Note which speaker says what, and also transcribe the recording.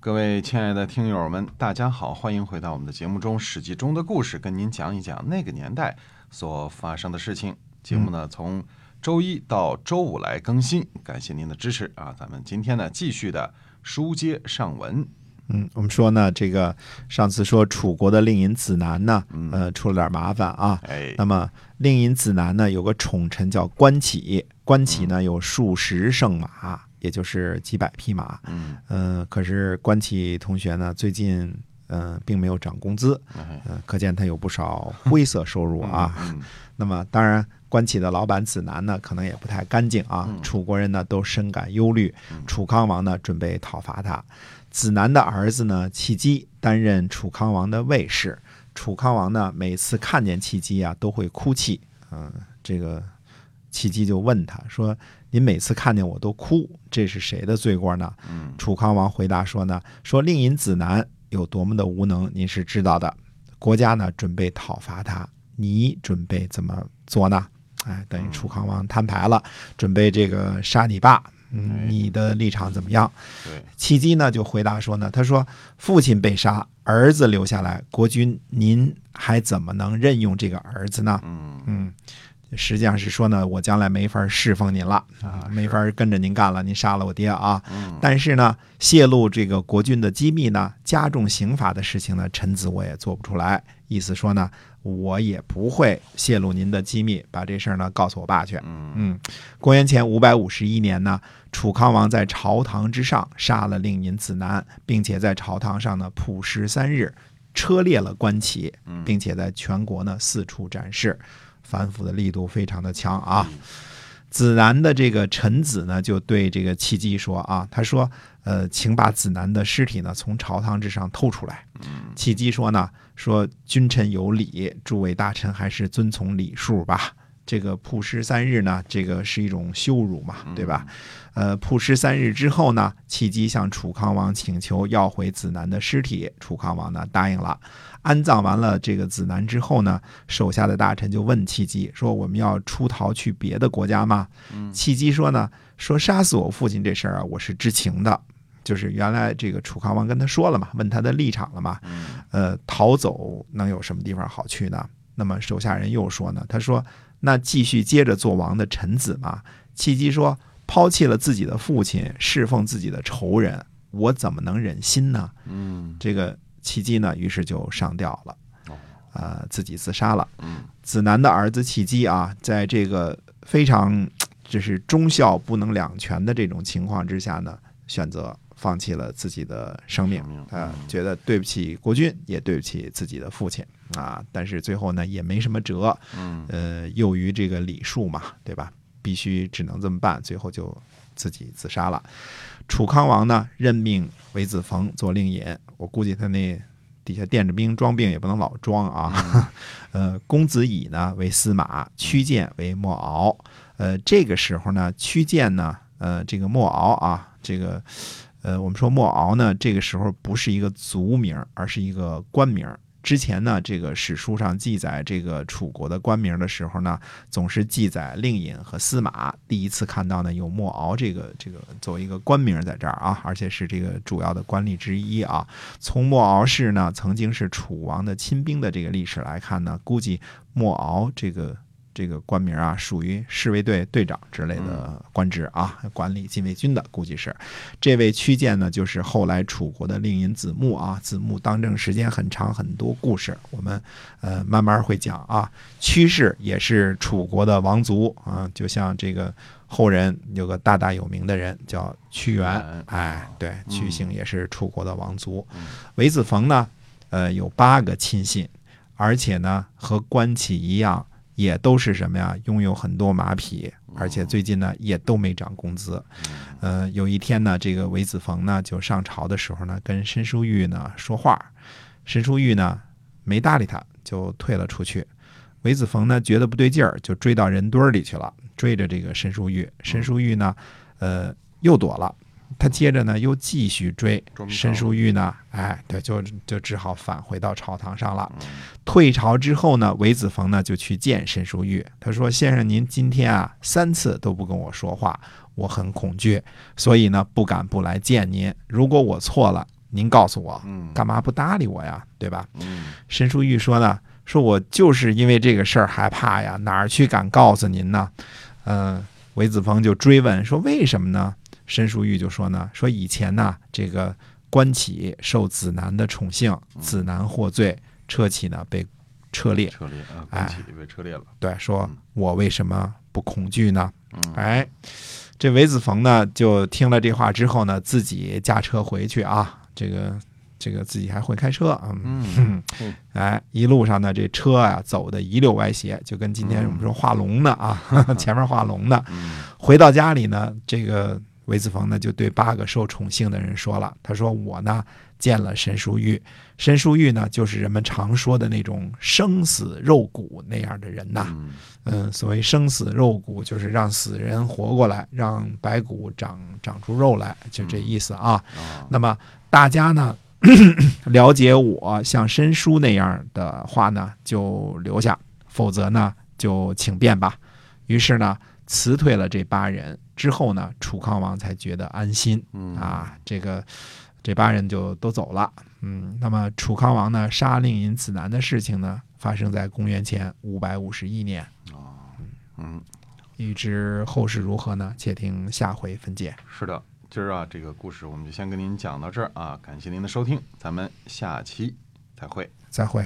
Speaker 1: 各位亲爱的听友们，大家好，欢迎回到我们的节目中，《史记》中的故事，跟您讲一讲那个年代所发生的事情。节目呢，从周一到周五来更新，感谢您的支持啊！咱们今天呢，继续的书接上文。
Speaker 2: 嗯，我们说呢，这个上次说楚国的令尹子南呢，呃，出了点麻烦啊。
Speaker 1: 哎，
Speaker 2: 那么令尹子南呢，有个宠臣叫关起，关起呢有数十乘马，也就是几百匹马。
Speaker 1: 嗯，
Speaker 2: 嗯，可是关起同学呢，最近嗯、呃并没有涨工资，
Speaker 1: 哎
Speaker 2: 嗯、可见他有不少灰色收入啊。
Speaker 1: 嗯
Speaker 2: 那么当然，关起的老板子南呢，可能也不太干净啊。楚国人呢都深感忧虑，楚康王呢准备讨伐他。子南的儿子呢契机担任楚康王的卫士，楚康王呢每次看见契机啊都会哭泣，嗯、这个契机就问他说：“您每次看见我都哭，这是谁的罪过呢？”
Speaker 1: 嗯
Speaker 2: 楚康王回答说呢：“说令尹子南有多么的无能，您是知道的。国家呢准备讨伐他，你准备怎么做呢？”哎，等于
Speaker 1: 嗯
Speaker 2: 楚康王摊牌了，准备这个杀你爸。
Speaker 1: 哎
Speaker 2: 嗯，你的立场怎么样？
Speaker 1: 对，
Speaker 2: 契机呢就回答说呢，他说父亲被杀，儿子留下来，国君您还怎么能任用这个儿子呢？
Speaker 1: 嗯
Speaker 2: 嗯，实际上是说呢，我将来没法侍奉您了啊，没法跟着您干了，您杀了我爹啊。
Speaker 1: 嗯
Speaker 2: 但是呢，泄露这个国君的机密呢，加重刑罚的事情呢，臣子我也做不出来。意思说呢，我也不会泄露您的机密，把这事儿呢告诉我爸去。
Speaker 1: 嗯
Speaker 2: 嗯，公元前五百五十一年呢，楚康王在朝堂之上杀了令尹子南，并且在朝堂上呢曝尸三日，车裂了官旗，
Speaker 1: 嗯，
Speaker 2: 并且在全国呢四处展示，反腐的力度非常的强啊。
Speaker 1: 嗯
Speaker 2: 子南的这个臣子呢，就对这个契机说啊，他说，呃，请把子南的尸体呢从朝堂之上偷出来。
Speaker 1: 嗯
Speaker 2: 契机说呢，说君臣有礼，诸位大臣还是遵从礼数吧。这个曝尸三日呢，这个是一种羞辱嘛，对吧？呃，曝尸三日之后呢，契机向楚康王请求要回子南的尸体，楚康王呢答应了。安葬完了这个子南之后呢，手下的大臣就问契机说：“我们要出逃去别的国家吗？”契机说呢：“说杀死我父亲这事儿啊，我是知情的。”就是原来这个楚康王跟他说了嘛，问他的立场了嘛，
Speaker 1: 嗯
Speaker 2: 呃，逃走能有什么地方好去呢？那么手下人又说呢，他说：“那继续接着做王的臣子嘛。”契机说：“抛弃了自己的父亲，侍奉自己的仇人，我怎么能忍心呢？”
Speaker 1: 嗯
Speaker 2: 这个契机呢，于是就上吊了
Speaker 1: 哦，
Speaker 2: 呃，自己自杀了。
Speaker 1: 嗯
Speaker 2: 子南的儿子契机啊，在这个非常就是忠孝不能两全的这种情况之下呢，选择放弃了自己的生命
Speaker 1: 生命，
Speaker 2: 他、
Speaker 1: 嗯
Speaker 2: 觉得对不起国君，也对不起自己的父亲啊。但是最后呢，也没什么辙，
Speaker 1: 嗯
Speaker 2: 呃，囿于这个礼数嘛，对吧？必须只能这么办，最后就自己自杀了。楚康王呢，任命韦子冯做令尹，我估计他那底下垫着兵装病也不能老装啊。呃，公子乙呢为司马，屈建为莫敖。呃，这个时候呢，屈建呢，呃，这个莫敖啊，这个。呃，我们说莫敖呢，这个时候不是一个族名儿，而是一个官名儿。之前呢，这个史书上记载这个楚国的官名儿的时候呢，总是记载令尹和司马。第一次看到呢，有莫敖这个这个作为一个官名儿在这儿啊，而且是这个主要的官吏之一啊。从莫敖氏呢曾经是楚王的亲兵的这个历史来看呢，估计莫敖这个这个官名啊，属于侍卫队队长之类的官职啊，管理禁卫军的估计是。这位屈建呢，就是后来楚国的令尹子木啊。子木当政时间很长，很多故事，我们呃慢慢会讲啊。屈氏也是楚国的王族啊，就像这个后人有个大大有名的人叫屈原
Speaker 1: 屈原，
Speaker 2: 哎，对，屈姓也是楚国的王族
Speaker 1: 嗯。
Speaker 2: 韦子冯呢，呃，有八个亲信，而且呢和关起一样。也都是什么呀？拥有很多马匹，而且最近呢也都没涨工资。呃，有一天呢，这个韦子冯呢就上朝的时候呢，跟申叔玉呢说话，申叔玉呢没搭理他，就退了出去。韦子冯呢觉得不对劲儿，就追到人堆儿里去了，追着这个申叔玉。申叔玉呢，呃，又躲了。他接着呢又继续追
Speaker 1: 捉，不着
Speaker 2: 申叔玉呢，哎，对，就就只好返回到朝堂上
Speaker 1: 嗯
Speaker 2: 了。退朝之后呢，韦子冯呢就去见申叔玉，他说：“先生，您今天啊三次都不跟我说话，我很恐惧，所以呢不敢不来见您。如果我错了，您告诉我，
Speaker 1: 嗯，
Speaker 2: 干嘛不搭理我呀？对吧？
Speaker 1: 嗯
Speaker 2: 申淑玉说呢，说我就是因为这个事儿害怕呀，哪儿去敢告诉您呢？嗯、韦子鹏就追问说为什么呢？申淑玉就说呢，说以前呢，这个官企受子南的宠幸，子南获罪，车企呢被撤列。
Speaker 1: 车裂啊，
Speaker 2: 哎
Speaker 1: 关系被车裂了，
Speaker 2: 对，说
Speaker 1: 嗯
Speaker 2: 我为什么不恐惧呢？
Speaker 1: 嗯
Speaker 2: 哎，这韦子冯呢，就听了这话之后呢，自己驾车回去啊，这个这个自己还会开车，嗯，
Speaker 1: 嗯，嗯
Speaker 2: 哎，一路上呢，这车啊走的一溜歪斜，就跟今天我们说画龙的啊， 前面画龙的。
Speaker 1: 嗯
Speaker 2: 回到家里呢，这个韦子冯呢就对八个受宠幸的人说了，他说我呢见了申淑玉，申淑玉呢就是人们常说的那种生死肉骨那样的人呐、
Speaker 1: 嗯
Speaker 2: 嗯，所谓生死肉骨，就是让死人活过来，让白骨长长出肉来，就这意思啊。
Speaker 1: 啊，
Speaker 2: 那么大家呢， 了解我像申叔那样的话呢，就留下；否则呢，就请便吧。于是呢，辞退了这八人之后呢，楚康王才觉得安心。
Speaker 1: 嗯
Speaker 2: 啊，这个这八人就都走了。嗯，那么楚康王呢杀令尹子南的事情呢，发生在公元前五百五十一年。
Speaker 1: 嗯，
Speaker 2: 欲知后事如何呢？且听下回分解。
Speaker 1: 是的，今儿啊这个故事我们就先跟您讲到这儿啊，感谢您的收听，咱们下期再会。
Speaker 2: 再会。